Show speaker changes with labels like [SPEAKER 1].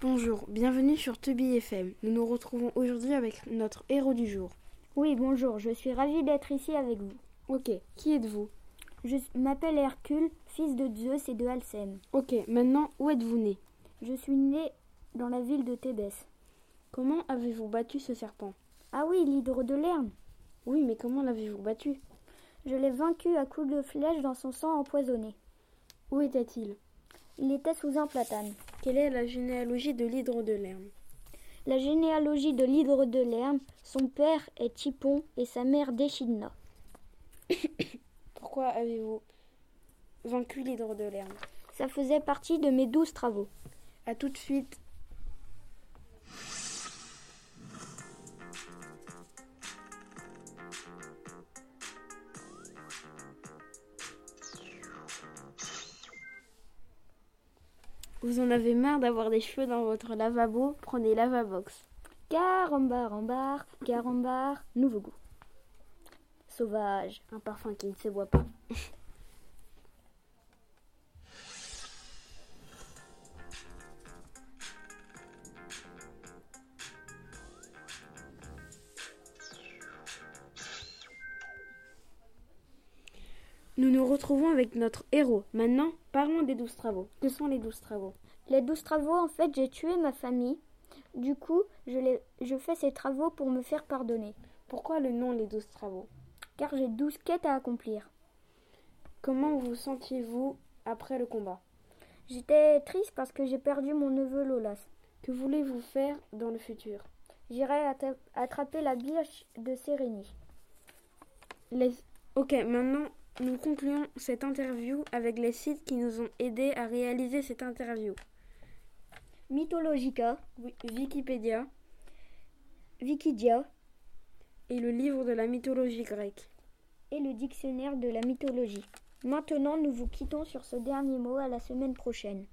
[SPEAKER 1] Bonjour, bienvenue sur Tubi FM. Nous nous retrouvons aujourd'hui avec notre héros du jour.
[SPEAKER 2] Oui, bonjour, je suis ravi d'être ici avec vous.
[SPEAKER 1] Ok, qui êtes-vous
[SPEAKER 2] Je s- m'appelle Hercule, fils de Zeus et de Alcène.
[SPEAKER 1] Ok, maintenant, où êtes-vous né
[SPEAKER 2] Je suis né dans la ville de Thébès.
[SPEAKER 1] Comment avez-vous battu ce serpent
[SPEAKER 2] Ah oui, l'hydre de Lerne.
[SPEAKER 1] Oui, mais comment l'avez-vous battu
[SPEAKER 2] Je l'ai vaincu à coups de flèche dans son sang empoisonné.
[SPEAKER 1] Où était-il
[SPEAKER 2] Il était sous un platane.
[SPEAKER 1] Quelle est la généalogie de l'hydre de l'herbe
[SPEAKER 2] La généalogie de l'hydre de Lerne, son père est Typhon et sa mère Déchidna.
[SPEAKER 1] Pourquoi avez-vous vaincu l'hydre de l'herbe
[SPEAKER 2] Ça faisait partie de mes douze travaux.
[SPEAKER 1] A tout de suite Vous en avez marre d'avoir des cheveux dans votre lavabo Prenez Lavabox.
[SPEAKER 2] Carambar en bar, carambar, nouveau goût. Sauvage.
[SPEAKER 1] Un parfum qui ne se voit pas. Nous nous retrouvons avec notre héros. Maintenant, parlons des douze travaux. Que sont les douze travaux
[SPEAKER 2] Les douze travaux, en fait, j'ai tué ma famille. Du coup, je, les- je fais ces travaux pour me faire pardonner,
[SPEAKER 1] Pourquoi le nom les douze travaux
[SPEAKER 2] car j'ai douze quêtes à accomplir.
[SPEAKER 1] Comment vous sentiez-vous après le combat
[SPEAKER 2] J'étais triste parce que j'ai perdu mon neveu Lolas.
[SPEAKER 1] Que voulez-vous faire dans le futur
[SPEAKER 2] J'irai atta- attraper la biche de Sérénie.
[SPEAKER 1] Les- Ok, maintenant nous concluons cette interview avec les sites qui nous ont aidés à réaliser cette interview.
[SPEAKER 2] Mythologica,
[SPEAKER 1] Oui, Wikipédia
[SPEAKER 2] Wikidia
[SPEAKER 1] et le livre de la mythologie grecque.
[SPEAKER 2] et le dictionnaire de la mythologie. Maintenant, nous vous quittons sur ce dernier mot à la semaine prochaine.